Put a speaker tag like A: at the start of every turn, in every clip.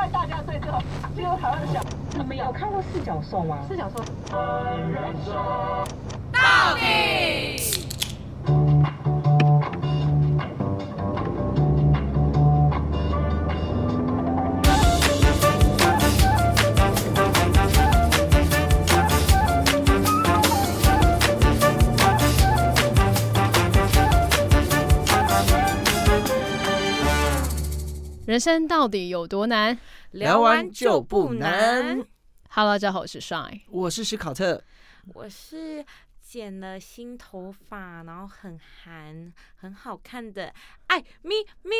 A: 最后最后台湾的小
B: 你们有看过四角兽吗？
A: 是想说，
C: 人生到底有多难
D: 聊完就不难。
C: ？Hello，大家好，我是 Shine。
D: 我是史考特，
E: 我是剪了新头发，然后很韩，很好看的，爱咪咪。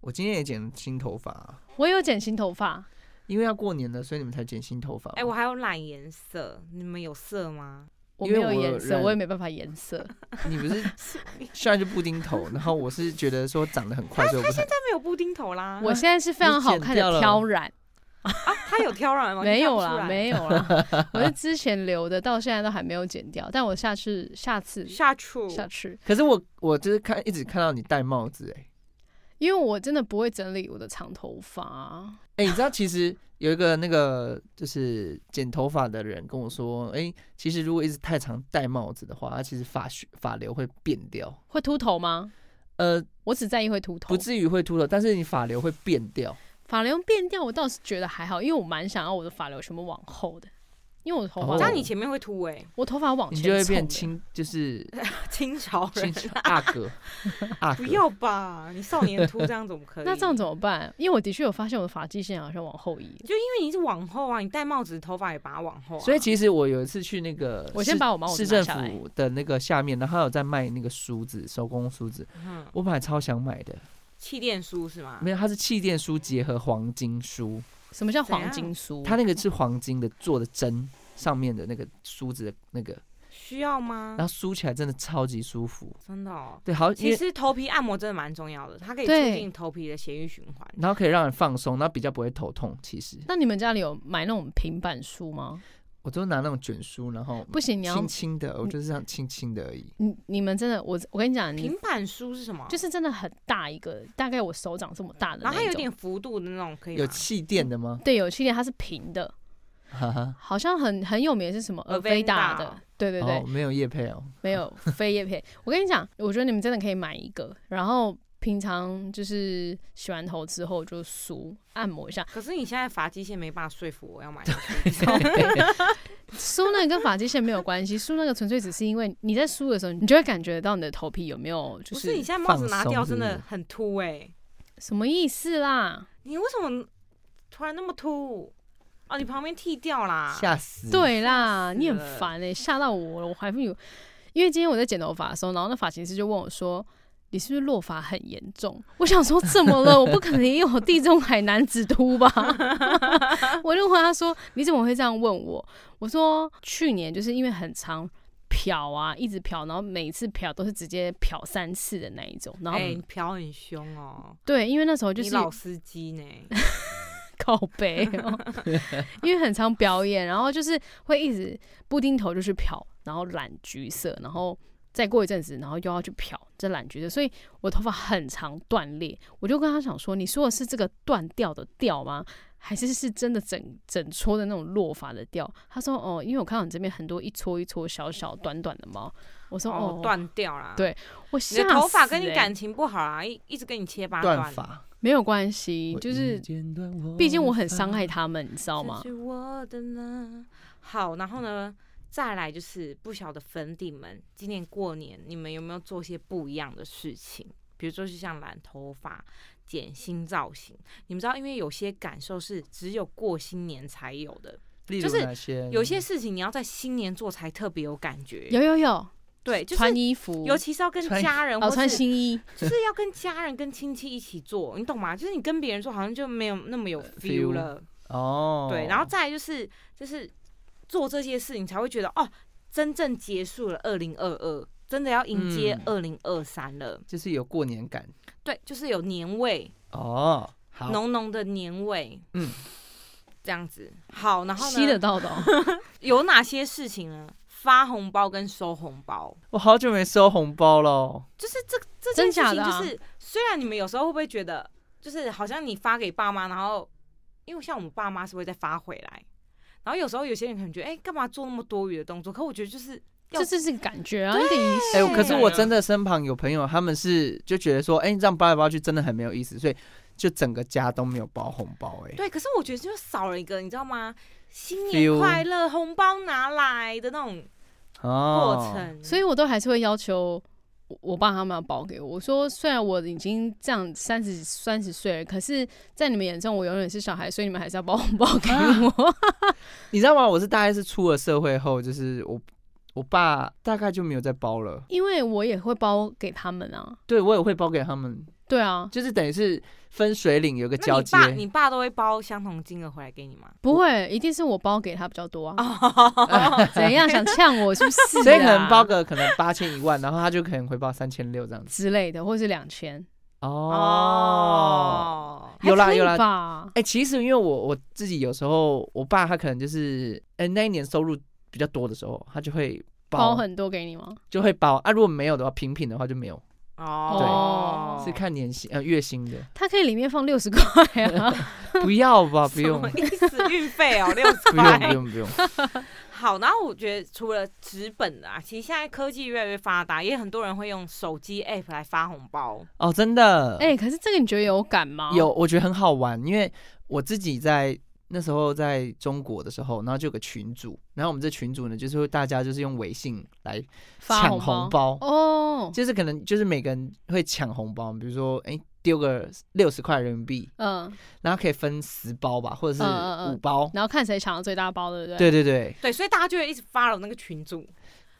D: 我今天也剪新头发、
C: 我有剪新头发，
D: 因为要过年了，所以你们才剪新头发嘛。
E: 哎、我还有染颜色，你们有色吗？
C: 我
D: 因
C: 没
D: 为
C: 有
D: 我
C: 颜色，
D: 染
C: 我也没办法颜色。
D: 你不是虽然就布丁 头，然后我是觉得说长得很
C: 哎
D: 快，所以我不太
E: 他没有布丁头啦。
C: 我现在是非常好
D: 啊
C: 看
D: 你剪掉
C: 的
D: 了哦
C: 挑染，
E: 啊，他有挑染吗？
C: 没有
E: 你看不出
C: 啦，
E: 来。
C: 没 有啦，我是之前留的，到现在都还没有剪掉。但我下次下次
E: 下处
C: 下次，
D: 可是我我就是看一直看到你戴帽子、哎
C: 因为我真的不会整理我的长头发。
D: 哎、你 知道其实有一个那个就是剪头发的人跟我说，哎、其实如果一直太常戴帽子的话，它其实发须发流会变掉，
C: 会秃头吗？
D: 呃，
C: 我只在意会秃头
D: 不，至于会秃头，但是你发流会变掉。
C: 发流变掉，我倒是觉得还好，因为我蛮想要我的发流全部往后的，因为我的头发，
D: 哦
E: 这样你前面会秃哎、
C: 我头发往前
D: 你就会
C: 冲
D: 变
C: 的
D: 清，就是
E: 清朝
D: 清
E: 人。
C: 啊
D: 朝阿 哥，阿
E: 不
D: 哥，
E: 要吧，你少年秃这样怎么可以？
C: 那这样怎么办？因为我的确有发现我的发际线好像往后移，
E: 就因为你是往后啊，你戴帽子，头发也把它往后、啊。
D: 所以其实我有一次去那个市，
C: 我先把我帽
D: 市
C: 子拿
D: 政
C: 下来
D: 府的那个下面，然后他有在卖那个梳子，手工梳子，
E: 嗯，
D: 我本来超想买的，
E: 气垫梳是吗？
D: 没有，它是气垫梳结合黄金梳，
C: 什么叫
E: 怎样
C: 黄金梳？
D: 它那个是黄金的做的针上面的那个梳子的那个，
E: 需要吗
C: 嗯
D: 然？后梳起来真的超级舒服，
E: 真的哦。
D: 对，好，因
E: 其
D: 为
E: 实头皮按摩真的蛮重要的，它可以促
C: 对
E: 进头皮的血液循环。
D: 然后可以让人放松，然后比较不会头痛。其实
C: 那你们家里有买那种平板梳吗？
D: 我都拿那种卷梳，然后
C: 不行，你要
D: 轻轻的，我就是这样轻轻的而已。
C: 你你们真的，我我跟你讲，你
E: 平板梳是什么？
C: 就是是真的很大一个，大概我手掌这么大的那
E: 然
C: 一
E: 后它
C: 种。
E: 有点幅度的那种，
C: 啊
E: 可以
D: 有
E: 吗？
D: 气垫的吗？
C: 对，有气垫它是平的，
D: 哈哈，
C: 好像很很有名的是什么
E: Avenda
C: 菲达的，对对对，
D: 哦，没有叶配哦，
C: 没有非叶片。 我跟你讲，我觉得你们真的可以买一个，然后平常就是洗完头之后就梳按摩一下，
E: 可是你现在发际线没办法说服我要买，
C: 梳那个跟发际线没有关系， 梳那个纯粹只是因为你在梳的时候，你就会感觉到你的头皮有没有 就
E: 不
C: 是
E: 是你现在帽子
D: 放
E: 拿
D: 松
E: 掉
D: 是
E: 真
D: 不是
E: 的很秃哎、
C: 什么意思啦？
E: 你为什么突然那么秃？哦，你旁边剃掉啦，
D: 吓死！，
C: 对啦，
E: 嗯吓死
C: 你很
E: 了
C: 烦哎、吓到我了，我还没有，因为今天我在剪头发的时候，然后那发型师就问我说。你是不是落发很严重？我想说怎么了？我不可能也有地中海男子秃吧？ 我就问他说：“你怎么会这样问我？”我说：“去年就是因为很长漂啊，一直漂，然后每次漂都是直接漂三次的那一种。然后、
E: 哎、你漂很凶哦，
C: 对，因为那时候就
E: 你
C: 是
E: 老司机呢，
C: 靠背、哦，因为很常表演，然后就是会一直布丁头就去漂，然后染橘色，然后再过一阵子，然后又要去漂再染橘色，所以我头发很常断裂。我就跟他讲说，你说的是这个断掉的掉吗？还是是真的整整撮的那种落发的掉？他说哦，因为我看到你这边很多一撮一撮小小短短的毛。我说
E: 哦
C: 哦，，
E: 断掉啦，
C: 对我
E: 你
C: 吓
E: 的头发
C: 死
E: 跟你
C: 欸
E: 感情不好啊，一一直跟你切八
D: 断发。
C: 没有关系，就是毕竟我很
D: 嗯
C: 伤害他们，你知道吗
E: 这？是我的呢。好，然后呢，再来就是不晓得粉底们今年过年你们有没有做些不一样的事情？比如说，就像染头发、剪新造型，你们知道，因为有些感受是只有过新年才有的，
D: 例
E: 就
D: 如
E: 是
D: 哪些？
E: 有些事情你要在新年做才特别有感觉。
C: 嗯有有有，
E: 对，就是
C: 穿衣服，
E: 尤其是要跟
D: 穿
E: 家人，
C: 哦，
E: 或
C: 穿
E: 是
C: 新衣，
E: 就是要跟家人、跟亲戚一起做，你懂吗？就是你跟别人做，好像就没有那么有
C: 呃
D: feel
E: feel 了。
D: 哦，
E: 对，然后再来就是就是做这些事，你才会觉得哦，真正结束了二零二二，真的要迎
C: 嗯
E: 接二零二三了。
D: 就是有过年感
E: 对，就是有年味，
D: 哦。好，
E: 浓浓的年味。
D: 嗯
E: 嗯，这样子好，然后
C: 吸得
E: 呢，
C: 到 的哦、
E: 有哪些事情呢？发红包跟收红包，
D: 我好久没收红包哦喽。
E: 就是这这
C: 真
E: 件事
C: 假
E: 情，
C: 的啊
E: 就是、虽然你们有时候会不会觉得，就是好像你发给爸妈，然后因为像我们爸妈是会再发回来，然后有时候有些人可能觉得，哎、干嘛做那么多余的动作？可我觉得就是要
C: 这就是感觉啊，有点仪式
D: 哎、
C: 感
D: 我
C: 啊。
D: 可是我真的身旁有朋友，他们是就觉得说，哎、这样包来包去真的很没有意思，所以就整个家都没有包红包、哎，
E: 对，可是我觉得就少了一个，你知道吗？新
D: Feel
E: 年快乐，红包拿来的那种过
D: 哦，
E: 程，
C: 所以我都还是会要求我我爸他们要包给我。我说虽然我已经这样三十三十岁了，可是在你们眼中我永远是小孩，所以你们还是要包红包给我。
D: 啊你知道吗？我是大概是出了社会后，就是我我爸大概就没有再包了，
C: 因为我也会包给他们啊。
D: 对我也会包给他们，
C: 对啊，
D: 就是等于是分水岭有个
E: 那
D: 交
E: 你
D: 接。
E: 爸你爸都会包相同金额回来给你吗？
C: 不会，一定是我包给他比较多啊。
E: 哦，
C: 怎样想呛我 是不是、啊？
D: 所以可能包个可能八千一万，然后他就可能回报三千六这样子。
C: 之类的，或是两千。
D: 哦，
C: 还
D: 有啦
C: 可以
D: 有啦
C: 吧
D: 哎、其实因为我我自己有时候，我爸他可能就是，哎、那一年收入比较多的时候，他就会
C: 包很多给你吗？
D: 就会包啊。如果没有的话，平平的话就没有，
E: 哦，
D: 是看年薪呃月薪 的。
C: 它可以里面放六十块 啊。
D: 不要吧，不用
E: 什么，意思？运费 哦，六十
D: 不用，不
E: 块。
D: 用，不 用。
E: 好，然后我觉得除了纸本的啊，其实现在科技越来越发达，也很多人会用手机 app 来发红包。
D: 哦，真的，
C: 哎、可是这个你觉得有感吗？
D: 有，我觉得很好玩，因为我自己在那时候在中国的时候，然后就有个群组，然后我们这群组呢，就是会大家就是用微信来
C: 发
D: 抢
C: 包
D: 红包，
C: 哦，
D: 就是可能就是每个人会抢红包，比如说哎丢个六十块人民币，
C: 嗯，
D: 然后可以分十包吧，或者
C: 嗯嗯
D: 是
C: 嗯
D: 五包，
C: 然后看谁抢到最大包，对不对？
D: 对对对
E: 对，所以大家就会一直 follow 那个群组，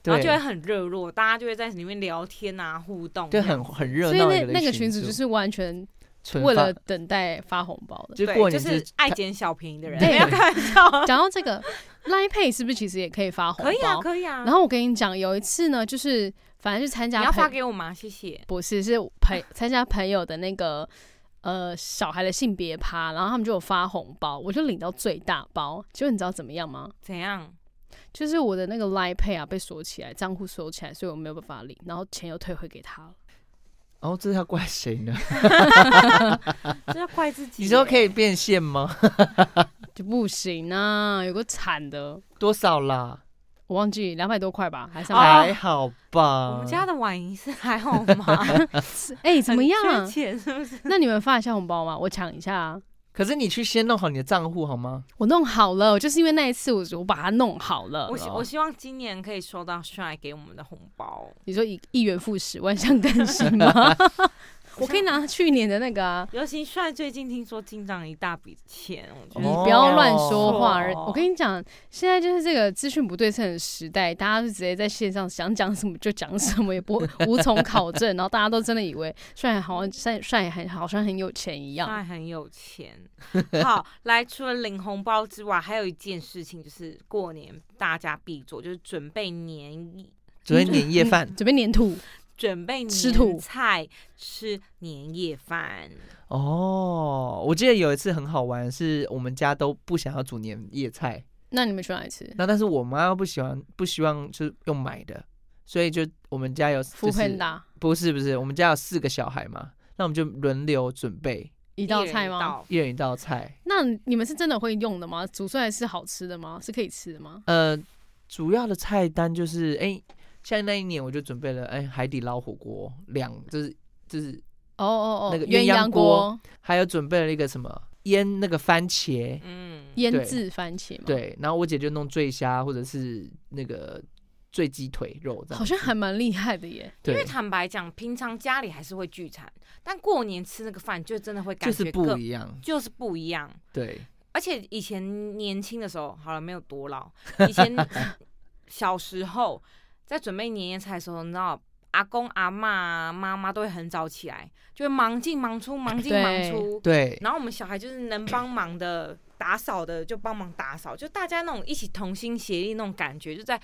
E: 然后就会
D: 对，
E: 很热络，大家就会在里面聊天啊，互动这
D: 就
E: 样。
D: 很很热
C: 所以
D: 闹的
C: 那
D: 一
C: 那个群
D: 群
C: 组就是完全
D: 纯
C: 为
D: 发
C: 了等待发红包的。
D: 就
E: 对
D: 过
E: 就
D: 年
E: 是爱捡小便宜的人，
C: 对
E: 不要开玩 笑。
C: 讲到这个，Line Pay 是不是其实也可以发红包？
E: 可以啊，可以啊。
C: 然后我跟你讲，有一次呢，就是反正去参
E: 你
C: 加
E: 要发
C: 朋
E: 给我吗？谢谢。
C: 不是是朋参加朋友的那个呃小孩的性别趴，然后他们就有发红包，我就领到最大包。结果你知道怎么样吗？
E: 怎样？
C: 就是我的那个 Line Pay 啊被锁起来，账户锁起来，所以我没有办法领，然后钱又退回给他了。
D: 然哦后这是要怪谁呢？
E: 这要怪自己。
D: 你说可以？变现吗？
C: 就不行啊，有个惨的，
D: 多少啦？
C: 我忘记两百多块吧，还是哎、
D: 还好吧。
E: 我们家的婉莹是还好吗？
C: 欸怎么样
E: 很
C: 啊
E: 缺？钱是不是？
C: 那你们发一下红包吗？我抢一下啊。
D: 可是你去先弄好你的账户好吗？
C: 我弄好了，就是因为那一次我我把它弄好了
E: 我。希我希望今年可以收到帅给我们的红包。
C: 你说一一元复始，万象更新吗？ 我可以拿去年的那个啊。
E: 尤其帅最近听说进账一大笔钱，我觉
C: 你
E: 得、
D: 哦
C: 不要乱说话，
E: 哦
C: 我跟你讲，现在就是这个资讯不对称的时代，大家就直接在线上想讲什么就讲什么，也不无从考证，然后大家都真的以为帅好像帅帅很好像很有钱一样。
E: 帅很有钱。好，来，除了领红包之外，还有一件事情就是过年大家必做，就是准备年
D: 昨天年夜 饭
C: 准备粘土，
E: 准备
C: 吃土
E: 年菜、吃年夜饭。
D: 哦，我记得有一次很好玩，是我们家都不想要煮年夜菜，
C: 那你们去哪里吃？
D: 那但是我妈不喜欢，不希望就是用买的，所以就我们家有
C: 福
D: 就
C: 喷
D: 是
C: 达
D: 不是不是，我们家有四个小孩嘛，那我们就轮流准备
C: 一
E: 一
C: 道
E: 人
C: 菜
E: 一
C: 吗？
E: 道？
D: 一人一道菜，
C: 那你们是真的会用的吗？煮出来是好吃的吗？是可以吃的吗？
D: 呃，主要的菜单就是哎、像那一年我就准备了哎、海底捞火锅两，就是就是
C: 哦哦哦，
D: 那个
C: 鸳
D: 鸳鸯
C: 锅
D: 锅还有准备了一个什么腌那个番茄，
E: 嗯，
C: 腌
D: 对
C: 制番茄嘛，，
D: 对，然后我姐就弄醉虾或者是那个醉鸡腿肉这样子，
C: 好像还蛮厉害的耶。
E: 因为
D: 对，
E: 坦白讲，平常家里还是会聚餐，但过年吃那个饭就真的会感觉
D: 就是
E: 更
D: 不一样，
E: 就是不一样。
D: 对，
E: 而且以前年轻的时候，好了，没有多老， 以前小时候在准备年夜菜的时候，你知道。阿公、阿妈、妈妈都会很早起来，就会忙进忙出，忙进忙
C: 对
E: 出。
D: 对，
E: 然后我们小孩就是能帮忙的、打扫的就帮忙打扫，就大家那种一起同心协力那种感觉，就在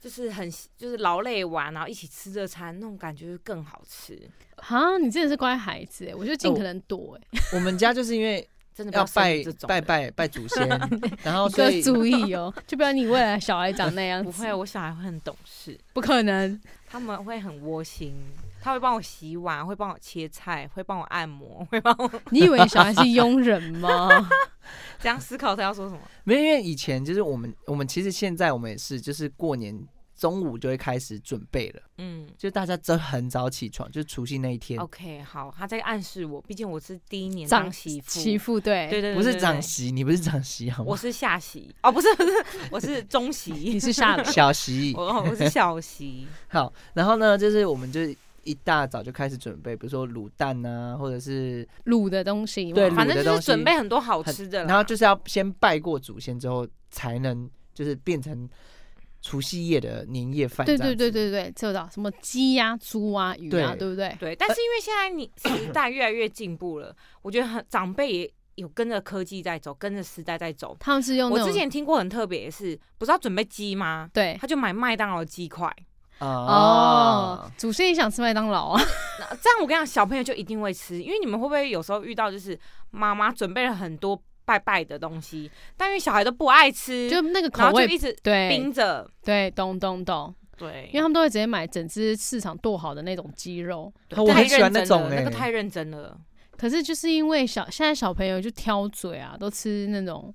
E: 就是很就是劳累完，然后一起吃这餐那种感觉就更好吃，
C: 哈，你真的是乖孩子耶，我就尽
D: 哦
C: 可能躲耶，
D: 我们家就是因为
E: 真的不
D: 要
E: 生
D: 拜
E: 这种
D: 拜
E: 人。
D: 拜拜祖先，然后
C: 你
D: 哦所
C: 哥
D: 以
C: 注意哦，就不然你未来小孩长那 样
E: 不
C: 子，
E: 会，我小孩会很懂事，
C: 不可能。
E: 他们会很窝心，他会帮我洗碗，会帮我切菜，会帮我按摩， 会帮我
C: 你以为你小孩是佣人吗？
E: 这样思考他要说什么。
D: 没有，因为以前就是我们，我们其实现在我们也是，就是过年中午就会开始准备了，
E: 嗯
D: 就大家都很早起床，就除夕那一天，
E: ，OK，好，他在暗示我，毕竟我是第一年
C: 嗯长
E: 当媳妇，
C: 媳妇对，
E: 对对对，
D: 不是
E: 对
D: 长
E: 对
D: 媳，你不是长媳好
E: 我
D: 吗？
E: 是下席哦，不是不是，我是中
C: 你
E: 席，
C: 是下
D: 小媳
E: 我哦我是小席，
D: 好，然后呢，就是我们就一大早就开始准备，比如说卤蛋啊，或者是，
C: 卤的东西吗，
D: 对
E: 反
D: 卤
E: 正
D: 的
E: 就
D: 东
E: 是
D: 西
E: 准备很多好吃的啦，
D: 然后就是要先拜过祖先之后，才能就是变成除夕夜的年夜饭这
C: 对
D: 样子。
C: 对对对对，知道什么鸡呀、猪啊、鱼啊，
D: 对
C: 对不对？
E: 对，但是因为现在你时代越来越进步了，我觉得很长辈也有跟着科技在走，跟着时代在走。
C: 他们是用那
E: 我
C: 种
E: 之前听过很特别的是，不是要准备鸡吗？
C: 对
E: 他就买麦当劳的鸡块，
C: 哦
D: 啊，，
C: 祖先也哦想吃麦当劳 啊，
E: 那这样我跟你讲，小朋友就一定会吃，因为你们会不会有时候遇到就是妈妈准备了很多拜拜的东西，但因为小孩都不爱吃，
C: 就那个
E: 然
C: 口
E: 后就
C: 味，
E: 一直
C: 对
E: 冰着，
C: 对，懂懂懂，
E: 对
C: 因为他们都会直接买整只市场剁好的那种鸡肉，
D: 啊我
E: 太
D: 很喜
E: 认
D: 欢那
E: 真
D: 种
E: 了，
D: 哎、
E: 那个太认真了，
C: 可是就是因为小现在小朋友就挑嘴啊，都吃那种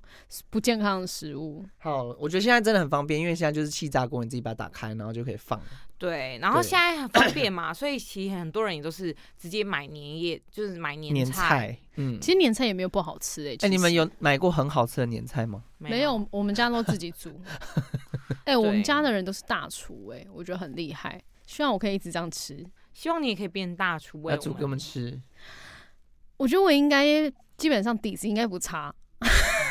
C: 不健康的食物，
E: 嗯
D: 好，我觉得现在真的很方便，因为现在就是气炸锅，你自己把它打开，然后就可以放了。
E: 对，然后
D: 对
E: 现在很方便嘛， 所以其实很多人也都是直接买年夜，就是买年
D: 年菜，嗯，
C: 其实年菜也没有不好吃诶、欸
D: 哎、
C: 其
D: 你们
C: 实
D: 有买过很好吃的年菜吗？
C: 没有？我们家都自己 煮，哎、我们
E: 对
C: 家的人都是大厨诶、我觉得很厉害，希望我可以一直这样吃。
E: 希望你也可以变大厨为
D: 要煮给我们吃。
C: 我觉得我应该基本上底子应该不差，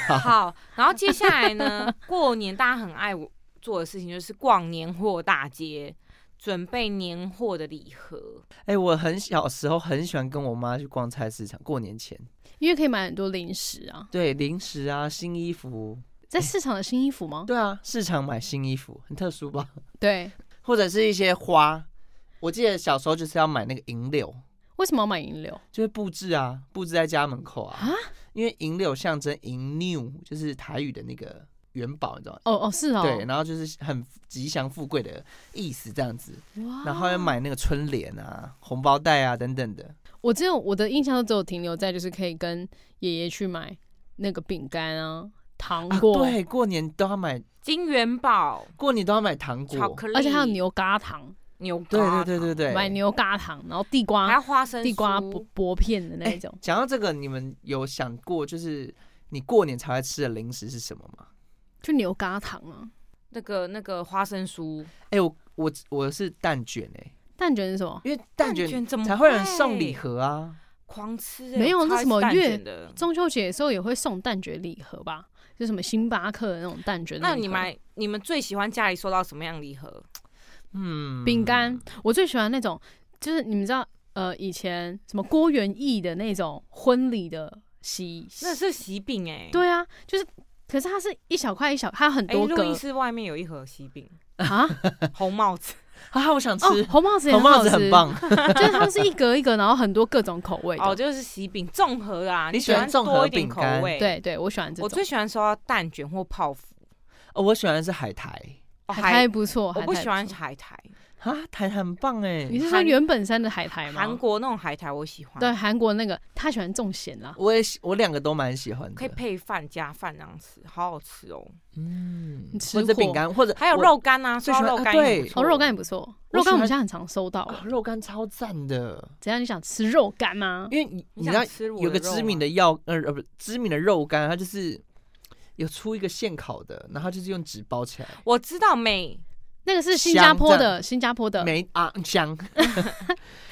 D: 啊
E: 好，然后接下来呢， 过年大家很爱我做的事情就是逛年货大街，准备年货的礼盒。
D: 哎、我很小时候很喜欢跟我妈去逛菜市场，过年前，
C: 因为可以买很多零食啊，
D: 对，零食啊，新衣服，
C: 在市场的新衣服吗？
D: 对啊，市场买新衣服很特殊吧？
C: 对，
D: 或者是一些花，我记得小时候就是要买那个银柳，
C: 为什么要买银柳？
D: 就是布置啊，布置在家门口啊，因为银柳象征银 new，就是台语的那个元宝，你知道吗？
C: 哦哦，是哦，
D: 对，然后就是很吉祥富贵的意思这样子，
C: 哇
D: 然后要买那个春联啊、红包袋啊等等的。
C: 我只有我的印象都只有停留在就是可以跟爷爷去买那个饼干啊、糖
D: 啊，
C: 果，
D: 对，过年都要买，
E: 金元宝、
D: 过年都要买糖
E: 巧
D: 果。
E: 克力，
C: 而且还有牛轧糖，
E: 牛
D: 对
E: 轧
D: 对对对
E: 糖，
D: 对，
C: 买牛轧糖，然后地
E: 还
C: 瓜、
E: 有花生
C: 地瓜
E: 酥
C: 薄薄片的那
D: 哎
C: 种。
D: 讲到这个，你们有想过就是你过年才会吃的零食是什么吗？
C: 就牛轧糖啊。
E: 那个那个花生酥、
D: 哎、我我我是蛋卷哎、
C: 蛋卷是什么？
D: 因为蛋卷
E: 怎么
D: 才会有人送礼，盒啊。
E: 狂吃欸
C: 没有
E: 我超
C: 那
E: 爱
C: 什么
E: 吃蛋
C: 月
E: 卷的。
C: 中秋节的时候也会送蛋卷礼盒吧，就什么星巴克的那种蛋卷礼盒。
E: 那你买你们最喜欢家里收到什么样的礼盒？
D: 嗯，
C: 饼干？我最喜欢那种，就是你们知道，呃，以前什么郭元义的那种婚礼的喜，
E: 那是喜饼哎，
C: 对啊，就是，可是它是一小块一小，它有很
E: 哎，
C: 多
E: 录
C: 个
E: 音室外面有一盒喜 饼，
C: 啊。
E: 红帽子，
D: 啊，我想吃。
C: 哦，红帽子也
D: 红
C: 好
D: 帽子很
C: 吃，
D: 棒，
C: 就是它是一格一格，然后很多各种口味的。
E: 哦，就是喜饼综合啊，
D: 你喜
E: 喜
D: 欢
E: 欢
D: 综合
E: 多一点
D: 饼
E: 口
D: 干
E: 味。，
C: 对对，我喜欢这
E: 我
C: 种
E: 最，喜欢收到蛋卷或泡芙。
D: 哦我喜欢的是海苔
E: 哦，
C: 海苔不错，
E: 我
C: 海
E: 不
C: 苔
E: 喜欢
C: 错。
E: 海苔，
D: 啊，海苔很棒哎
C: 你，是说
E: 韩
C: 原本山的海苔吗？
E: 韩国那种海苔我喜欢，
C: 对，韩国那个他喜欢重咸啦，哦
D: 我也喜我两个都蛮喜欢
E: 可以
D: 的，
E: 配饭加饭那样吃，好好吃哦。
D: 嗯
C: 你，吃
D: 或者
C: 过
D: 饼干或者
E: 还有
D: 呃我
E: 肉干啊，
D: 最
E: 收
D: 喜
E: 到肉
D: 欢啊
E: 干也不
D: 对
E: 错
C: 哦，肉干也不错，
D: 我
C: 肉
D: 喜
C: 干我
D: 欢
C: 们现在很常收到。
D: 啊肉干超赞的，
C: 怎样？你想吃肉干吗？
D: 因为你
E: 你
D: 你知
E: 想
D: 道
E: 吃我
D: 有个
E: 肉
D: 知名
E: 吗
D: 的药呃呃不是知名的肉干，它就是有出一个现烤的，然后就是用纸包起来，
E: 我知道美，
C: 那个是新
D: 香
C: 加坡
D: 这
C: 的，新加坡的
D: 没啊 香，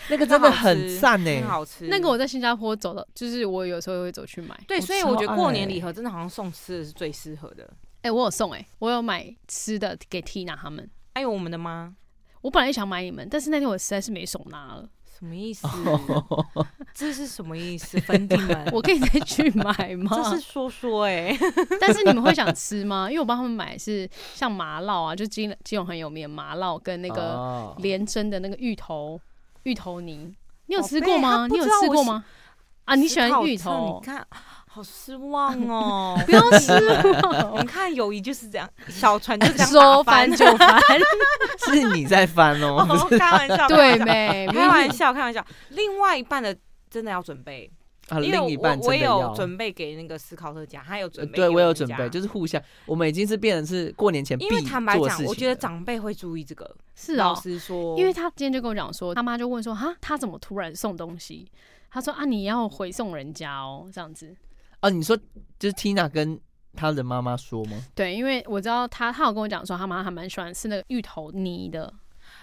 D: 那个真的很赞
E: 很欸
D: 哎，
E: 好吃。
C: 那个我在新加坡走的，就是我有时候也会走去买。
E: 对，
D: 我
E: 所以
D: 超
E: 我觉得过年
D: 爱
C: 欸
E: 礼盒真的好像送吃的是最适合的。
C: 哎、我有送哎、我有买吃的给 Tina 他们。
E: 还有我们的吗？
C: 我本来也想买你们，但是那天我实在是没手拿 了，
E: 什么 意思？这是什么意思？粉底们，
C: 我可以再去买吗？
E: 这 是说说哎，
C: 但是你们会想吃吗？因为我帮他们买的是像麻辣啊，就基隆基隆很有名的麻辣跟那个
D: 个
C: 连蒸的那个芋头芋头泥，你有
E: 宝
C: 吃
E: 贝
C: 过
E: 他
C: 吗？
E: 不
C: 你有
E: 知道
C: 吃
E: 我
C: 过
E: 喜
C: 吗？啊，你
E: 思
C: 喜欢
E: 考
C: 芋
E: 这
C: 头
E: 你？看好失
C: ！
E: 望哦
C: 不要 失
E: 我
C: 望
E: 们，看友谊就是这样，小船就这样
C: 说
E: 打
C: 翻就翻，
D: 是你在翻哦，不
E: 哦，
D: 是
E: 开玩笑，
C: 对没？
E: 开玩笑，开玩笑。另外一半的真的要准备，
D: 啊，
E: 因为
D: 另一
E: 我
D: 半真
E: 我
D: 的
E: 也
D: 要
E: 有。准备给那个思考特家，他有
D: 呃
E: 准备，
D: 对，我有准
E: 家
D: 备，就是互相，我们已经是变成是过年前必
E: 因为坦白
D: 做的
E: 讲
D: 事，
E: 我
D: 情
E: 觉得
D: 了
E: 长辈会注意这个。
C: 是
E: 老
C: 哦，
E: 实说，
C: 因为他今天就跟我讲说，他妈就问说，哈，他怎么突然送东西？他说啊，你要回送人家哦，这样子。
D: 哦，你说就是 Tina 跟她的妈妈说吗？
C: 对，因为我知道他，他有跟我讲说，他妈还蛮喜欢吃那个芋头泥的。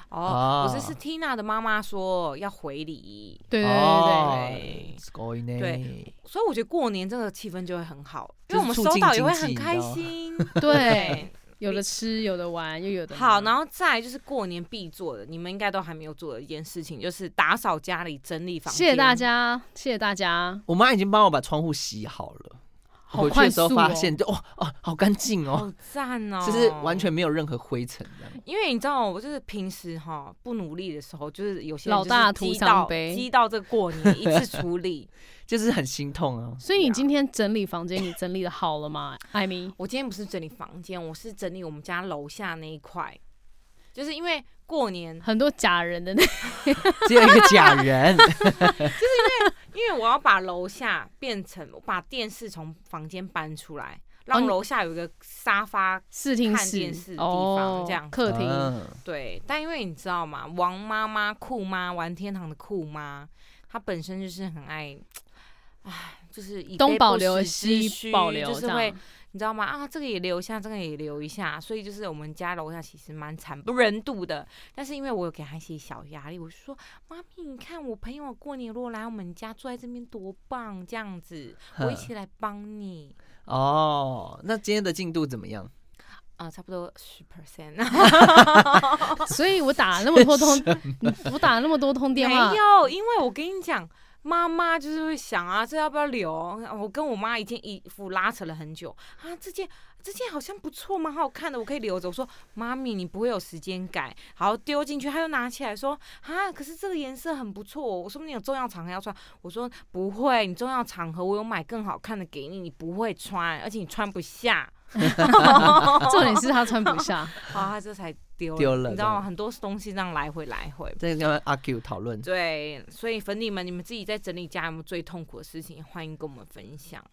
E: 哦，我是是
D: 啊
E: Tina 的妈妈说要回礼，
C: 对对对对对，
D: 哦
E: 对
D: すごいね
E: 对所以我觉得过年这个气氛就会很好，因
D: 就是
E: 为我们收到也会很开
D: 促进
E: 心。
C: 对，有的吃，有的玩，又有的
E: 好，然
C: 后
E: 后再来就是过年必做的，你们应该都还没有做的一件事情，就是打扫家里、整理房间。
C: 谢谢大，家，谢谢大家，
D: 我妈已经帮我把窗户洗好了，
C: 好
D: 回去
C: 快
D: 的
C: 速
D: 时候
C: 哦
D: 发现就哦哦，好干净哦，
E: 好赞哦！
D: 就是完全没有任何灰尘啊这样。
E: 因为你知道，我就是平时哈不努力的时候，就是有些人
C: 老大
E: 就是
C: 徒
E: 积
C: 伤
E: 到
C: 悲
E: 积到这个过年一次处 理。
D: 就是很心痛啊。
C: 所以你今天整理房间，你整理的好了吗，艾米？
E: 我今天不是整理房间，我是整理我们家楼下那一块，就是因为过年，
C: 很多假人的那
D: 只有一个假人，
E: 因为我要把楼下变成我把电视从房间搬出来，
C: 哦
E: 让
C: 你
E: 楼下有一个沙发。
C: 视听
E: 看
C: 室
E: 电视的地
C: 哦
E: 方，这样
C: 客厅、
D: 嗯
E: 对，但因为你知道吗，王妈妈、酷妈、玩天堂的酷妈，她本身就是很爱，唉，就是以
C: 东
E: 备
C: 保
E: 不
C: 留
E: 时之
C: 西
E: 需
C: 保留，
E: 就是
C: 这
E: 会
C: 样
E: 你知道吗？啊，这个也留一下，这个也留一下，所以就是我们家楼下其实蛮惨不忍睹的。但是因为我有给他一些小压力，我就说：“妈咪，你看我朋友过年如果来我们家住在这边多棒，这样子，我一起来帮你。
D: 哦，那今天的进度怎么样？
E: 啊，差不多十 percent，
C: 所以我打了那么多通，我打了那么多通电
E: 没
C: 话，
E: 有，因为我跟你讲，妈妈就是会想啊，这要不要留？我跟我妈一件衣服拉扯了很久啊，这件这件好像不错，蛮好看的，我可以留着。我说妈咪，你不会有时间改，好丢进去，她又拿起来说啊，可是这个颜色很不错，哦我说不定有重要场合要穿。我说不会，你重要场合我有买更好看的给你，你不会穿，而且你穿不 下。
C: 重点是他穿不下。
E: 好，她这才丢
D: 丢了
E: 你知道吗？
D: 对
E: 很多东西这样来回来回。
D: 在跟阿 Q 讨论。
E: 对，所以粉底们，你们自己在整理家有没有最痛苦的事情？欢迎跟我们分享，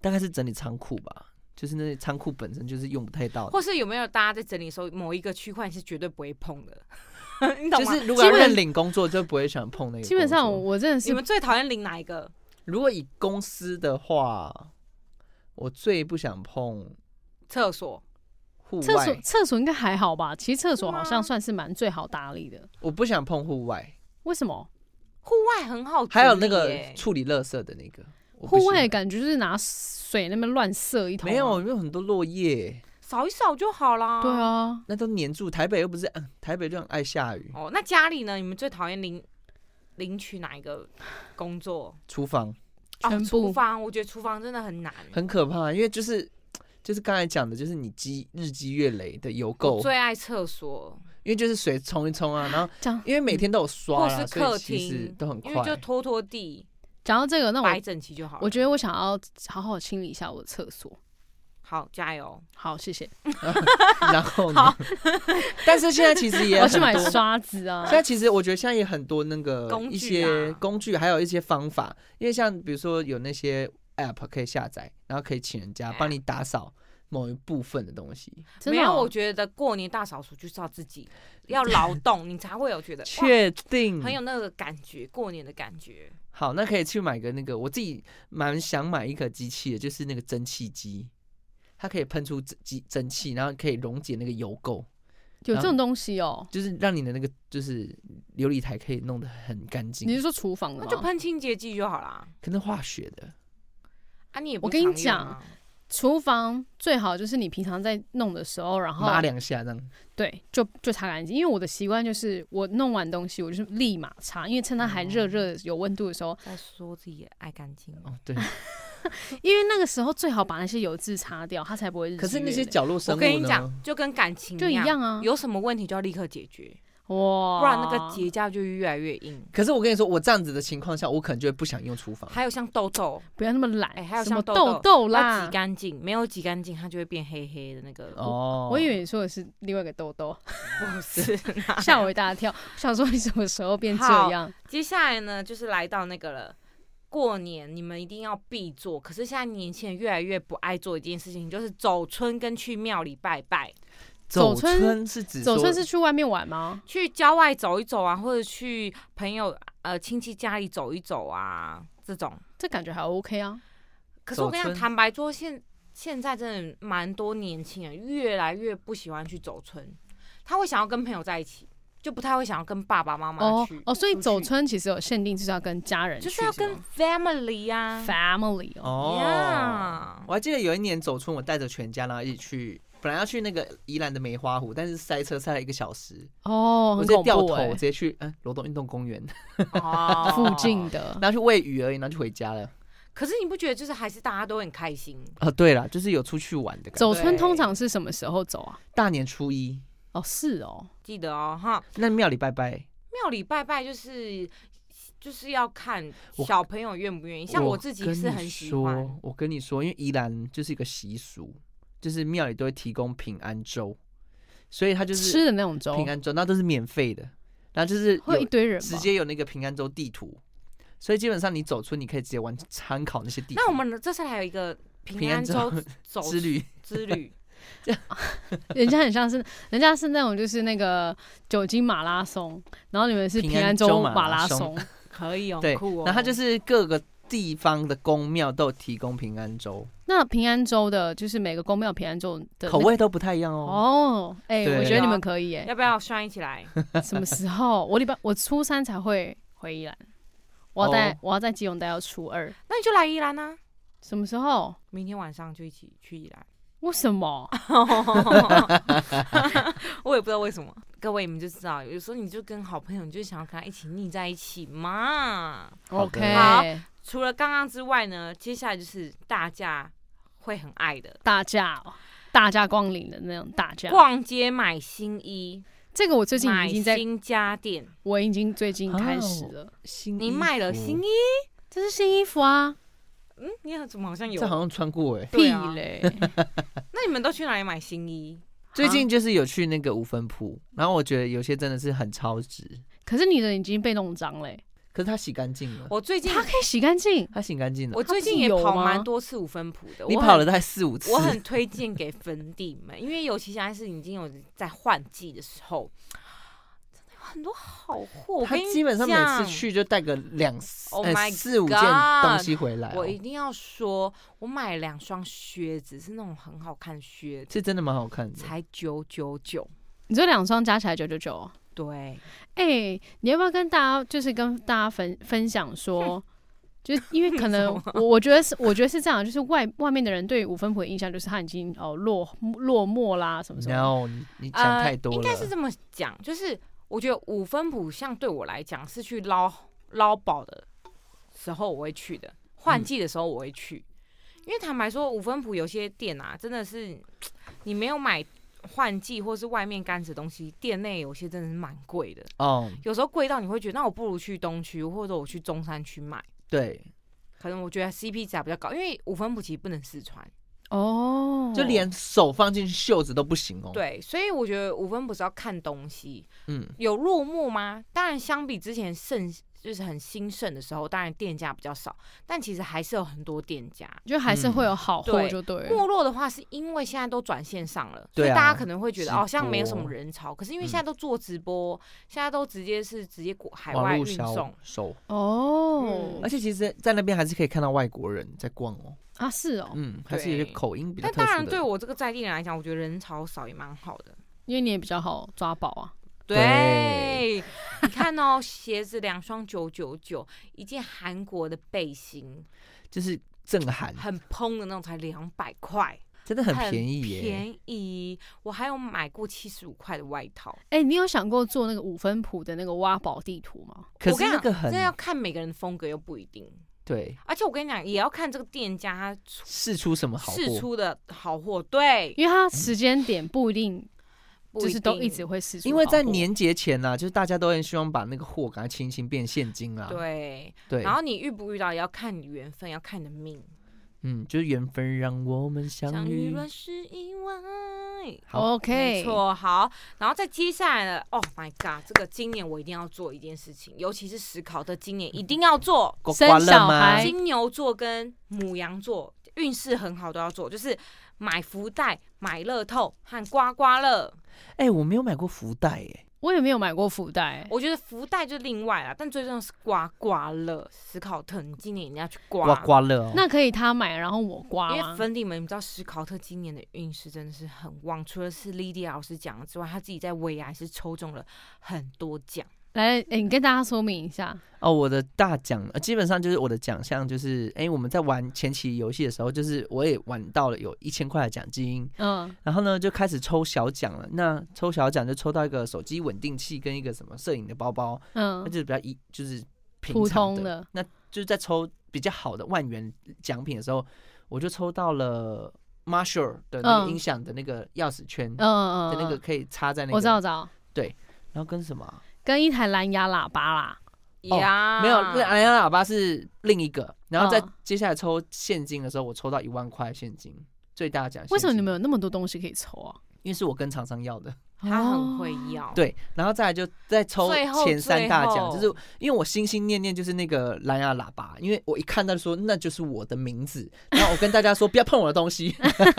D: 大概是整理仓库吧，就是那些仓库本身就是用不太到的，
E: 或是有没有大家在整理的时候，某一个区块是绝对不会碰的， 你懂
D: 就
E: 吗？
D: 是如果要
C: 基本
D: 认领工作就不会想碰那个工作。
C: 基本上我真的
E: 你
C: 是
E: 们最讨厌领哪一个？
D: 如果以公司的话，我最不想碰
E: 厕所
D: 户
C: 厕所
D: 外，
C: 厕所应该还好吧？其实厕所
E: 是吗
C: 好像算是蛮最好打理的。
D: 我不想碰户外，
C: 为什么？
E: 户外很好整理耶，
D: 还有那个处理垃圾的那个我不
C: 户
D: 行
C: 外的感觉啊就是拿水那边乱射一通、
D: 没有，，因为很多落叶，
E: 扫一扫就好啦。
C: 对。啊，
D: 那都粘住。台北又不是， 嗯、台北就很爱下雨，
E: 哦，那家里呢？你们最讨厌领领取哪一个工作？
D: 厨房
E: 哦，
C: 全
E: 厨
C: 部
E: 房，我觉得厨房真的很难。
D: 很可怕，因为就是就是刚才讲的，就是你积日积月累的油
E: 我
D: 垢，
E: 最爱厕所，
D: 因为就是水冲一冲啊，然后
C: 这样
D: 因为每天都有刷
E: 或
D: 啦，
E: 是
D: 所以
E: 客
D: 其实
E: 厅
D: 都很
E: 因为
D: 快
E: 就。拖拖地，
C: 讲到这个，那
E: 摆
C: 我
E: 整齐就好了。
C: 我觉得我想要好好清理一下我的厕所。
E: 好，加油！
C: 好，谢谢。
D: 然后呢？ 但是现在其实也
C: 我
D: 有
C: 要
D: 很
C: 去买
D: 多
C: 刷子啊
D: 现。在其实我觉得现在也很多那个
E: 嗯工具
D: 一些
E: 啊
D: 工具，还有一些方法，因为像比如说有那些 app 可以下载，然后可以请人家帮你打扫某一部分的东西。
C: 真
E: 没
C: 的
E: 有，
C: 哦、
E: 我觉得过年大扫除就是要自己要劳动，你才会有觉得哇，
D: 确定
E: 很有那个感觉，过年的感觉。
D: 好，那可以去买个那个，我自己蛮想买一个机器的，就是那个蒸汽机，它可以喷出蒸机蒸汽，然后可以溶解那个油垢，
C: 有这种东西哦。
D: 就是让你的那个就是琉璃台可以弄得很干
C: 你是
D: 净，
C: 说厨房的
E: 那
C: 吗？
E: 就喷清洁剂就好啦。
D: 可能化学的。
E: 啊，你也不
C: 我跟你
E: 常用啊，
C: 厨房最好就是你平常在弄的时候，然
E: 哦
C: 后
D: 抹两下这样，
C: 对，就就擦干净。因为我的习惯就是我弄完东西，我就是立马擦，因为趁它
E: 哦
C: 还热热有温度的时候，
E: 在说自己爱干净哦。
D: 哦对，
C: 因为那个时候最好把那些油渍擦掉，它才不会日积
D: 可是那
C: 月
D: 些
C: 累
D: 角落
E: 我
D: 生物
E: 跟你
D: 呢？
E: 讲，就跟感情
C: 就一
E: 样，
C: 样啊。哦
E: 有什么问题就要立刻解决。
C: 哇，
E: 不然那个结痂就越来越硬。
D: 可是我跟你说，我这样子的情况下，我可能就会不想用厨房。
E: 还有像痘痘，
C: 不要那么懒，
E: 哎还有
C: 什么
E: 像痘
C: 痘
E: 痘
C: 痘
E: 要
C: 啦
E: 挤。干净，没有挤干净它就会变黑黑的那个。
D: 哦，
C: 我以为你说的是另外一个痘痘，
E: 不是啦。
C: 吓我一 大跳。我想说你什么时候变这
E: 好
C: 样？
E: 接下来呢，就是来到那个了。过年你们一定要必做，可是现在年轻人越来越不爱做一件事情，就是走村跟去庙里拜拜，
D: 走
C: 走村
D: 村是指
C: 走
D: 说
C: 村是去外面玩吗？
E: 去郊外走一走啊，或者去朋友呃亲戚家里走一走啊，这种。
C: 这感觉还 OK 啊。
E: 可是我跟你
D: 走
E: 讲，
D: 村
E: 坦白说，现现在真的蛮多年轻人越来越不喜欢去走村，他会想要跟朋友在一起，就不太会想要跟爸爸妈妈
C: 哦
E: 去
C: 哦，所以
E: 出
C: 走
E: 去
C: 村其实有限定，就是要跟家人去
E: 就是是要跟
C: 吗
E: family 啊。
C: family 哦。
D: 哦。
E: 呀
D: 我还记得有一年走村，我带着全家，然后一起去，本来要去那个宜兰的梅花湖，但是塞车塞了一个小时，
C: 哦，
D: 我
C: 很
D: 直接
C: 恐
D: 掉
C: 怖
D: 头，
C: 哎、
D: 直接去嗯罗东运动公园，
E: 哦
C: 附近 的
D: 然后去喂鱼而已，然后就回家了。
E: 可是你不觉得就是还是大家都很开心？
D: 哦，对了，就是有出去玩的感觉。
C: 走村通常是什么时候走啊？
D: 大年初一，
C: 哦，是哦，
E: 记得哦，哈，
D: 那庙里拜拜，
E: 庙里拜拜就是就是要看
D: 我
E: 小朋友愿不愿意。像我自己
D: 跟
E: 是
D: 你
E: 很喜
D: 说
E: 欢，
D: 我跟你说，因为宜兰就是一个习俗，就是庙里都会提供平安粥，所以它就是
C: 吃的那种粥，
D: 平安粥，那都是免费的，然后就是
C: 会有
D: 有
C: 一堆人吗
D: 直接有那个平安州地图，所以基本上你走出你可以直接完参考那些地图。
E: 那我们这次还有一个平
D: 平安
E: 安州走
D: 之旅，
E: 之旅，
C: 人家很像是，人家是那种就是那个酒精马拉松，然后你们是
D: 平
C: 平
D: 安
C: 安州
D: 州马
C: 马
D: 拉
C: 拉
D: 松
C: 松，
E: 可以哦，
D: 对
E: 很酷哦。
D: 然后它就是各个地方的宫庙都有提供平安粥，
C: 那平安州的就是每个公庙平安州的那
D: 口味都不太一样哦。
C: 哦，哎、
D: 对
C: 我觉得你们可以哎、
E: 要不要拴一起 来？
C: 什么时候？我礼拜我初三才会回宜兰，我要带、
D: 哦
C: 我要在基隆待到初二，
E: 那你就来宜兰啊，
C: 什么时候？
E: 明天晚上就一起去宜 兰。
C: 为什么？
E: 我也不知道为什么，各位你们就知道，有时候你就跟好朋友，你就想要跟他一起腻在一起嘛。
D: 好
C: OK，
D: 的
E: 好除了刚刚之外呢，接下来就是大家会很爱的
C: 大驾哦，大驾光临的那种大驾。
E: 逛街买新衣，
C: 这个我最近
E: 买
C: 已经在，
E: 新家电，
C: 我已经最近开始了。
D: 新
E: 你
D: 衣
E: 买了
D: 服
E: 新衣，
C: 这是新衣服啊，
E: 嗯，你怎么好像有
D: 这？好像穿过哎、
C: 屁
E: 对啊
C: 嘞！
E: 那你们都去哪里买新衣？
D: 最
C: 啊
D: 近就是有去那个五分铺，然后我觉得有些真的是很超值，
C: 可是你的已经被弄脏嘞，
D: 可是它洗干净了，
E: 我最近
C: 它可以洗干净。
D: 它洗干净了。
E: 我最近也
C: 它自己有
E: 跑
C: 吗
E: 蛮多次五分埔的，
D: 你
E: 我很
D: 跑了大概四五次，
E: 我很推荐给粉底们，因为尤其现在是已经有在换季的时候，真的有很多好货。我
D: 他
E: 跟你
D: 基本上每
E: 讲
D: 次去就带个两四
E: Oh
D: 呃
E: my
D: 四五件
E: God，
D: 东西回来哦、
E: 我一定要说，我买两双靴子，是那种很好看的靴子，
D: 是真的蛮好看的。
E: 才九九九。
C: 你这两双加起来九九九，
E: 对，
C: 哎、你要不要跟大家就是跟大家分分享说？就是因为可 能
E: 什
C: 我我觉得是我觉得是这样，就是外外面的人对五分埔的印象就是他已经哦落落寞啦什么什么的，
D: 然后你你讲太多
E: 呃，应
D: 了，
E: 该是这么讲，就是我觉得五分埔像对我来讲是去捞捞宝的时候我会去的，
D: 嗯
E: 换季的时候我会去，因为坦白说，五分埔有些店啊，真的是你没有买换季或是外面干子东西，店内有些真的是蛮贵的，
D: 哦，
E: 有时候贵到你会觉得，那我不如去东区或者我去中山区买。
D: 对，
E: 可能我觉得 CP 值还比较高，因为五分埔其实不能试穿，
C: 哦，
D: 就连手放进去袖子都不行哦。，
E: 对，所以我觉得五分埔是要看东西，
D: 嗯，
E: 有落寞吗？当然，相比之前盛就是很兴盛的时候，当然店家比较少，但其实还是有很多店家。
C: 就还是会有好货
E: 嗯
C: 就对了。
E: 没落的话，是因为现在都转线上了，所以
D: 对啊
E: 大家可能会觉得、
D: 直播嗯
E: 哦，像没有什么人潮。可是因为现在都做直播，现在都直接是直接国海
D: 网
E: 外
D: 络
E: 运送
D: 销，售，
C: 哦
E: 嗯
D: 而且其实，在那边还是可以看到外国人在逛哦。
C: 啊是哦，
D: 嗯，还是有些
E: 对
D: 口音比较
E: 但
D: 特殊的。
E: 当然，对我这个在地人来讲，我觉得人潮少也蛮好的。
C: 因为你也比较好抓宝啊。
E: 对，你看哦，鞋子两双九九九，一件韩国的背心，
D: 就是震撼，
E: 很蓬的那种，才两百块，
D: 真的很便宜耶。
E: 便宜。我还有买过七十五块的外套，
C: 哎、你有想过做那个五分谱的那个挖宝地图吗？
D: 可
E: 我
D: 是
E: 跟你
D: 那
E: 讲
D: 个
E: 真
D: 很
E: 的要看每个人的风格又不一定，
D: 对，
E: 而且我跟你讲，也要看这个店家他出
D: 试出什么好
E: 试
D: 货？
E: 出的好货，对，
C: 因为它时间点不一定
E: 不
C: 就是都一
E: 定
C: 直会试出好货。
D: 因为在年节前啦、就是大家都很希望把那个货赶快清一清变现金啦。
E: 对，
D: 啊对，
E: 然后你遇不遇到也要看你缘分，要看你的命。
D: 嗯，就是缘分让我们相遇。
E: 乱是意外。
D: 好，
E: 没
C: OK，
E: 错，好，然后再接下来的，Oh my God，这个今年我一定要做一件事情，尤其是史考特今年一定要做。
D: 刮
C: 生
D: 刮乐
C: 小
D: 吗
C: 孩哎
E: 金牛座跟母羊座运势很好都要做，就是买福袋、买乐透和刮刮乐。
D: 哎、我没有买过福袋哎、
C: 我也没有买过福袋，
E: 我觉得福袋就另外啦，但最重要是刮刮乐。史考特，你今年一定要去刮。
D: 刮刮乐、哦。
C: 那可以他买，然后我刮
E: 因为
C: 吗？
E: 粉底们，你知道史考特今年的运势真的是很旺，除了是 Lydia 老师讲的之外，他自己在尾牙也是抽中了很多奖。
C: 来，哎、你跟大家说明一下，
D: 哦，我的大奖、呃基本上就是我的奖项就是，哎、我们在玩前期游戏的时候，就是我也玩到了有一千块的奖金，
C: 嗯，
D: 然后呢就开始抽小奖了。那抽小奖就抽到一个手机稳定器跟一个什么摄影的包包， 那
C: 嗯，
D: 就是比较一就是平
C: 普
D: 常
C: 通
D: 的。
C: 的，
D: 那就是在抽比较好的万元奖品的时候，我就抽到了 Marshall 的那
C: 嗯
D: 个音响的那个钥匙圈的
C: 嗯嗯，嗯
D: 那个，可以插在那个，
C: 我知道，我知道，
D: 然后跟什么啊、
C: 跟一台蓝牙喇叭啦，
D: 哦
E: 呀
D: 没有，那蓝牙喇叭是另一个。然后在
C: 啊嗯
D: 接下来抽现金的时候，我抽到一万块现金，最大奖。
C: 为什么你们？有那么多东西可以抽啊？
D: 因为是我跟厂商要的。
E: 他很会
C: 哦
E: 要。
D: 对，然后再来就再抽
E: 最后
D: 前三大奖，就
E: 最后
D: 是因为我心心念念就是那个蓝牙喇叭，因为我一看到就说那就是我的名字，然后我跟大家说不要碰我的东西，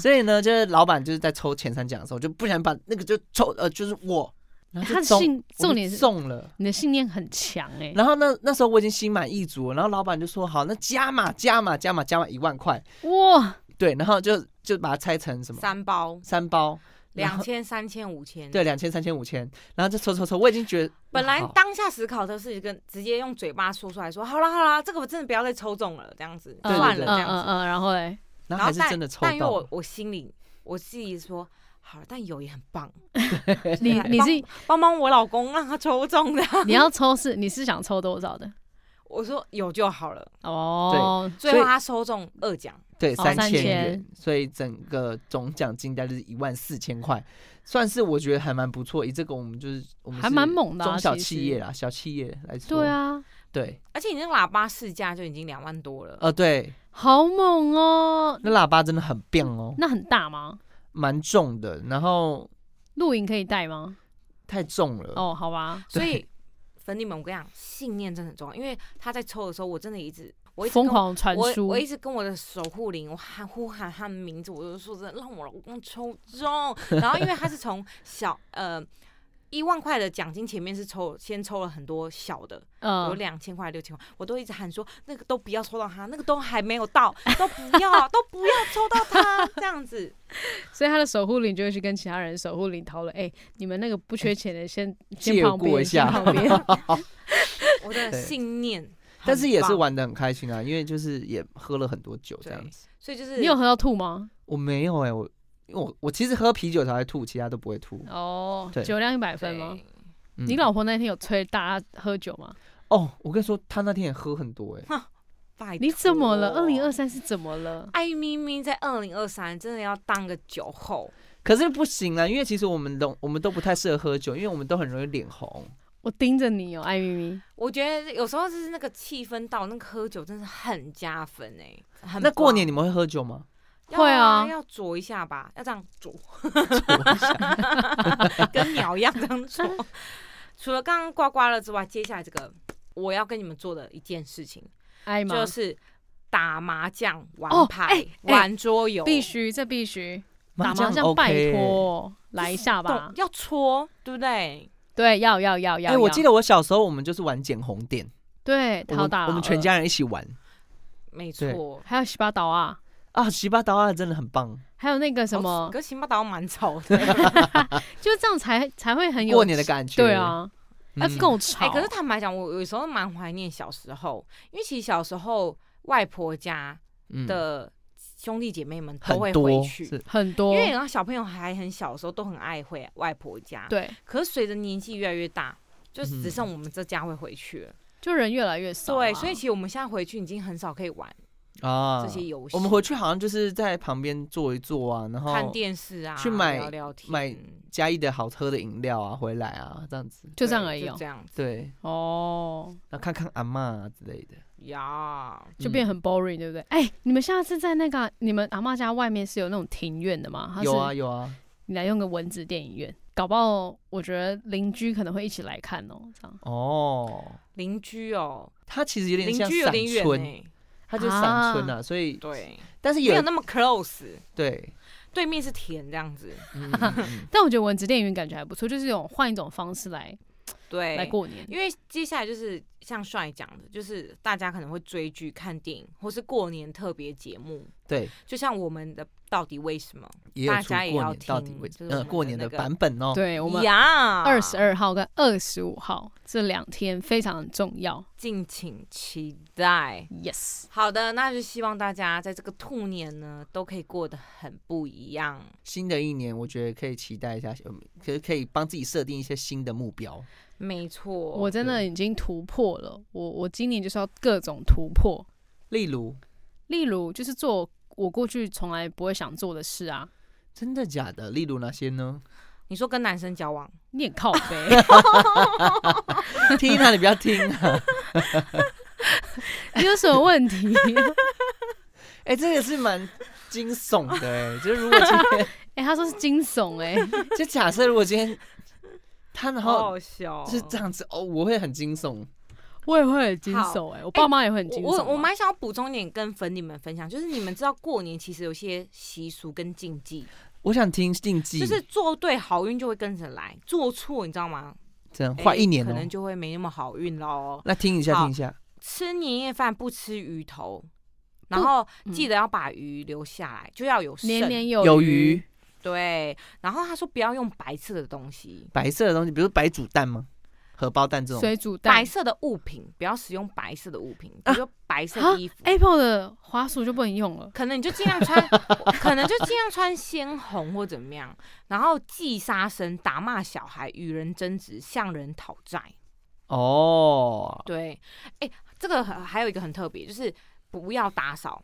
D: 所以呢，就是老板就是在抽前三奖的时候，就不然把那个就抽呃就是我，然后
C: 他
D: 就
C: 的
D: 中，
C: 信
D: 我就
C: 重点是
D: 中了。
C: 你的信念很强哎、
D: 然后呢，那时候我已经心满意足了，然后老板就说好，那加码加码加码加码一万块，
C: 哇，
D: 对，然后就就把它拆成什么
E: 三包
D: 三包，然
E: 两
D: 后
E: 千、三千、五千。
D: 对，两千三千五千，然后就抽抽抽，我已经觉得
E: 本来
D: 好
E: 当下史考特是跟直接用嘴巴说出来说，好啦好啦，这个我真的不要再抽中了，这样子
C: 嗯
E: 算
D: 对
E: 了这
D: 对
C: 嗯
E: 样子
C: 嗯。嗯，然后嘞，
D: 然后
E: 然后
D: 还是
E: 但
D: 真的抽
E: 但因为
D: 到
E: 我
D: 了。
E: 我心里我自己说，好了，但有也很棒。
C: 你
E: 就是
C: 你
E: 帮
C: 是
E: 帮帮我老公让他抽中的，
C: 你要抽是你是想抽多少的？
E: 我说有就好了。
C: 哦，
E: 最后他抽中二奖，
D: 对，
C: 哦
D: 三
C: 3000
D: 千元，所以整个总奖金大概就是一万四千块，算是我觉得还蛮不错。以这个我们就是我们
C: 还
D: 是
C: 蛮猛的啊
D: 中小
C: 其实
D: 企业啦，小企业来说，
C: 对，啊，
D: 对，
E: 而且你那个喇叭市价就已经两万多了。
D: 呃，对，
C: 好猛哦！
D: 那喇叭真的很棒哦，
C: 那很大吗？
D: 蛮重的，然后
C: 露营可以带吗？
D: 太重了，
C: 哦，好吧，
E: 所以
D: 对
E: 粉底们，我跟你讲，信念真的很重要。因为他在抽的时候，我真的一直我一直跟
C: 疯狂传
E: 我
C: 输
E: 我，一直跟我的守护灵，我喊呼喊他的名字，我就说真的让我老公抽中。然后因为他是从小呃一万块的奖金前面是抽先抽了很多小的，有
C: 嗯，
E: 两千块、六千块，我都一直喊说那个都不要抽到他，那个都还没有到，都不要，都不要抽到他，这样 子。
C: 所以他的守护灵就会去跟其他人守护灵讨论，哎，你们那个不缺钱的先
D: 哎
C: 先
D: 借
C: 旁
D: 过
C: 边，
D: 一
C: 先
D: 下
C: 旁边，
E: 我的
D: 对
E: 信念，
D: 但是也是，玩的很开心啊，因为就是也喝了很多酒这样子。
E: 所以就是
C: 你有喝到吐吗？
D: 我没有哎、我因为我我其实喝啤酒才会吐，其他都不会吐。
C: 哦，
D: 对
C: 酒量一百
E: 对
C: 分吗？？
D: 嗯
C: 你老婆那天有催大家喝酒吗？
D: 哦，我跟你说，她那天也喝很多哎、
E: 拜
C: 你怎么了？
E: 托
C: 二零二。三是怎么了？
E: 艾咪咪在二零二三真的要当个酒后，
D: 可是不行啊，因为其实我 们都我们都不太适合喝酒，因为我们都很容易脸红。
C: 我盯着你哦，艾咪咪。
E: 我觉得有时候就是那个气氛到，那个喝酒真是很加分哎、很
D: 那过
E: 棒
D: 年你们会喝酒 吗？
E: 要
C: 会啊
E: 要啄一下吧，要这样啄，
D: 我
E: 跟鸟一样这样啄。 除了刚刚刮刮乐之外，接下来这个我要跟你们做的一件事情，
C: 艾吗？
E: 就是打麻将、
C: 哦
E: 玩牌、
C: 哎哎
E: 玩桌游，
C: 必须，这必须。打麻
D: 麻
C: 将
D: OK
C: 拜托来一下吧
E: 懂。要戳，对不对？
C: 对，要要要要。
D: 哎、我
C: 要
D: 记得我小时候我们就是玩捡红点，
C: 对，
D: 我
C: 好
D: 们
C: 打
D: 我们全家人一起玩
E: 没错。
C: 还有洗把岛啊，
D: 啊，十八刀啊，真的很棒。
C: 还有那个什
E: 哦
C: 么，
E: 可是辛巴达蛮吵的，
C: 就这样才才会很有
D: 过年的感觉，
C: 对，啊，
D: 嗯
C: 哎够
E: 哎、
C: 吵。
E: 可是坦白讲，我有时候蛮怀念小时候，因为其实小时候外婆家
D: 嗯
E: 的兄弟姐妹们都会回
D: 很多
E: 去，
D: 是
C: 很多
E: 因为然后小朋友还很小的时候都很爱回外婆家，
C: 对，
E: 可是随着年纪越来越大，就
D: 嗯
E: 只剩我们这家会回去了。
C: 就人越来越少啊。
E: 对，所以其实我们现在回去已经很少可以玩
D: 啊
E: 这些游戏。
D: 我们回去好像就是在旁边坐一坐啊，然后
E: 啊看电视啊，
D: 去买
E: 聊聊天，
D: 买嘉义的好喝的饮料啊，回来啊这样子。
C: 就这样
E: 对
C: 而已
E: 就
C: 哦
E: 这。样子
D: 对，
C: 哦，
D: 然后看看阿嬷啊之类的。嗯
E: 呀，
C: 就变很 boring，对不对？哎、你们下次在那个你们阿嬷家外面是有那种庭院的吗？它
D: 有
C: 是
D: 啊有啊，
C: 你来用个蚊子电影院，搞不好我觉得邻居可能会一起来看哦、这样
D: 哦，
E: 邻居哦，
D: 它其实有点
E: 邻
D: 像
E: 居有
D: 散
E: 点远
D: 村，
E: 呢，
D: 它就是散村
C: 啊
D: 啊，所以
E: 对，
D: 但是
E: 没
D: 有
E: 有那么 close，
D: 对，
E: 对面是田这样子，
D: 嗯嗯嗯
C: 但我觉得蚊子电影院感觉还不错，就是有换一种方式来
E: 对
C: 来，过年。
E: 因为接下来就是像帅讲的，就是大家可能会追剧、看电影，或是过年特别节目，
D: 对，
E: 就像我们的到底为什么
D: 也有
E: 大
D: 出
E: 家也
D: 过
E: 要
D: 年到底
E: 听
D: 为
E: 就是我
D: 呃
E: 们
D: 过
E: 的
D: 年
E: 那
D: 的
E: 个
D: 版本哦，
C: 对我们
E: 呀，
C: 二十二号跟二十五号这两天非常重要。
E: 敬请期待。
C: Yes，
E: 好的，那就希望大家在这个兔年呢，都可以过得很不一样。
D: 新的一年我觉得可以期待一下，嗯可可以帮自己设定一些新的目标。
E: 没错，
C: 我真的
D: 对
C: 已经突破了，我我今年就是要各种突破，
D: 例如，
C: 例如就是做我过去从来不会想做的事啊，
D: 真的假的？例如哪些呢
E: 你说跟男生交往，
C: 你很靠背。
D: 听啊，你不要听啊！
C: 你有什么问题？
D: 哎、这个是蛮惊悚的哎、就是如果今 天，
C: 哎、他说是惊悚哎、
D: 就假设如果今天他然
E: 好
D: 后
E: 好笑哦，
D: 是这样子哦，我会很惊悚。
C: 我也会很惊悚哎、我爸妈也会很
E: 我
C: 惊悚啊、
E: 我我蛮想要补充一点跟粉你们分享，就是你们知道过年其实有些习俗跟禁忌，
D: 我想听禁忌，
E: 就是做对好运就会跟着来，做错你知道吗？
D: 这样坏一年
E: 哎
D: 哦、
E: 可能就会没那么好运喽。
D: 那听一下，
E: 好
D: 听一下，
E: 吃年夜饭不吃鱼头，然后
C: 嗯
E: 记得要把鱼留下来，就要有剩
C: 年年有
D: 有鱼，
E: 对。然后他说不要用白色的东西，
D: 白色的东西，比如白煮蛋吗？荷包蛋这种，
C: 水煮蛋
E: 白色的物品不要使用白色的物品，比如说白色
C: 啊
E: 衣服。
C: ，Apple 的滑鼠就不能用了。
E: 可能你就尽量 穿，可能就尽量穿鲜红或怎么样，然后忌杀生、打骂小孩、与人争执、向人讨债。
D: 哦
E: 对，哎、这个很还有一个很特别，就是不要打扫，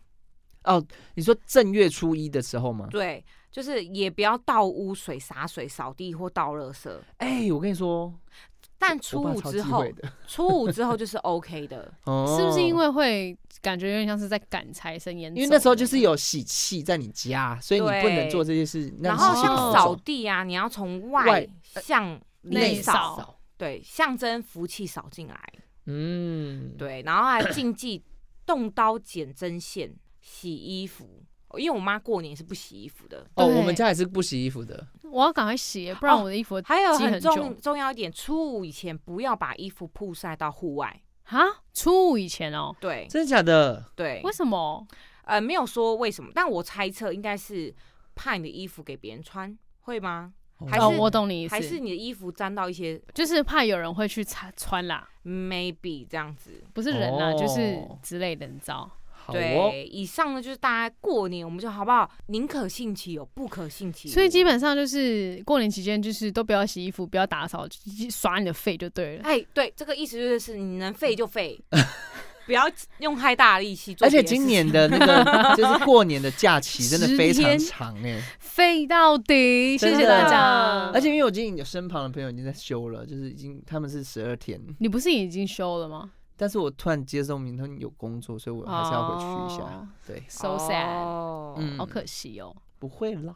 D: 哦，你说正月初一的时候吗？
E: 对，就是也不要倒污水、洒水、扫地或倒垃圾。
D: 哎、我跟你说，
E: 但
D: 我
E: 初
D: 爸
E: 五
D: 超
E: 之
D: 忌
E: 后
D: 讳，的
E: 初五之后就是 OK 的，
D: 哦
C: 是不是因为会感觉有点像是在赶财神烟？
D: 因为那时候就是有喜气在你家，所以你不能
E: 对
D: 做这些事。那
E: 然
D: 你
E: 后
D: 是
E: 像
D: 不能
E: 扫
D: 做
E: 地啊，你要从
D: 外
E: 外
D: 呃
E: 向
C: 内
E: 里扫，
C: 扫，
E: 对，象征福气扫进来。
D: 嗯，
E: 对，然后还禁 忌动刀剪针线、洗衣服，哦因为我妈过年是不洗衣服的。
D: 哦，
C: 对
D: 我们家也是不洗衣服的，
C: 我要赶快洗，不然
E: 哦
C: 我的衣服
E: 还有
C: 积
E: 很
C: 很久
E: 重重要一点，初五以前不要把衣服曝晒到户外。
C: 啊、初五以前哦、
E: 对
D: 真的假的？
E: 对
C: 为，什么？
E: 呃，没有说为什么，但我猜测应该是怕你的衣服给别人穿，会吗？还
C: 哦，
E: 是
C: 我懂你意思
E: 还，是你的衣服沾到一些
C: 就是怕有人会去穿穿啦，
E: maybe 这样子？
C: 不是人啦，就是
D: 哦
C: 之类的，你知道？
D: 好哦，
E: 对，以上呢就是大家过年我们就好不好？宁可信其有，不可信其无。
C: 所以基本上就是过年期间，就是都不要洗衣服，不要打扫，就是耍你的肺就对
D: 啊
C: 了。
E: 哎，对，这个意思就是你能废就 废，不要用太大的力气做
D: 而
E: 别
D: 且
E: 的事情。
D: 今年的那个就是过年的假期真的
C: 十
D: 非常
C: 天
D: 长哎，
C: 废到底，谢
D: 真
C: 谢
D: 的
C: 大家。
D: 而且因为我今天有身旁的朋友已经在休了，就是已经他们是十二天，
C: 你不是已经休了吗
D: 但是我突然接受明天有工作，所以我还是要回去一下
C: 哦。
D: 对，
C: ？So sad，、
E: 哦
D: 嗯
C: 好可惜哦。
D: 不会啦，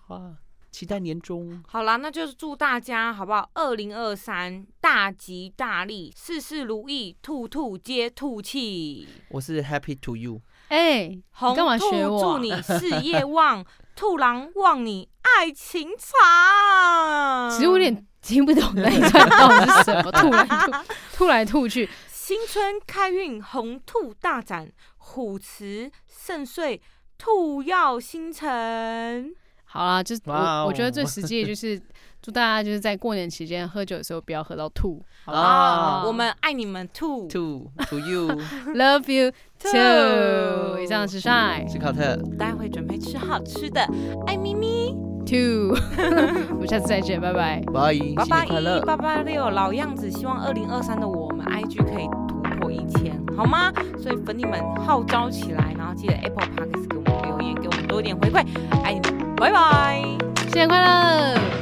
D: 期待年终。
E: 好啦，那就是祝大家好不好？二零二三大吉大利，事事如意，兔兔皆吐气，
D: 我是 Happy to you，
C: 哎、
E: 红
C: 干嘛
E: 兔
C: 学我啊
E: 祝你事 业旺，兔狼望你爱情长。
C: 其实我有点听不懂那一段到底是什么，吐来吐，吐来吐去。
E: 新春开运，红兔大展，虎辞盛岁，兔耀星辰。
C: 好啦，就是我、
D: 哇哦
C: 我觉得最实际的就是祝大家就是在过年期间喝酒的时候不要喝到吐。好吧
D: 啊
E: 啊，我们爱你们兔
D: to to you，
C: Love you too。
E: Two
C: 以上是 Shy
D: 是考特，
E: 待会准备吃好吃的，爱咪咪，
C: two，我 们下次再见，拜拜。
D: 拜，新
E: 八八
D: 年快
E: 一
D: 乐。
E: 八八六，老样子，希望二零二三的我们 IG 可以突破 Apple 一千，好吗？所以粉底们号召起来，然后记得 Apple Podcast 给我们留言，给我们多一点回馈，爱你们，拜拜。
C: 新年快乐！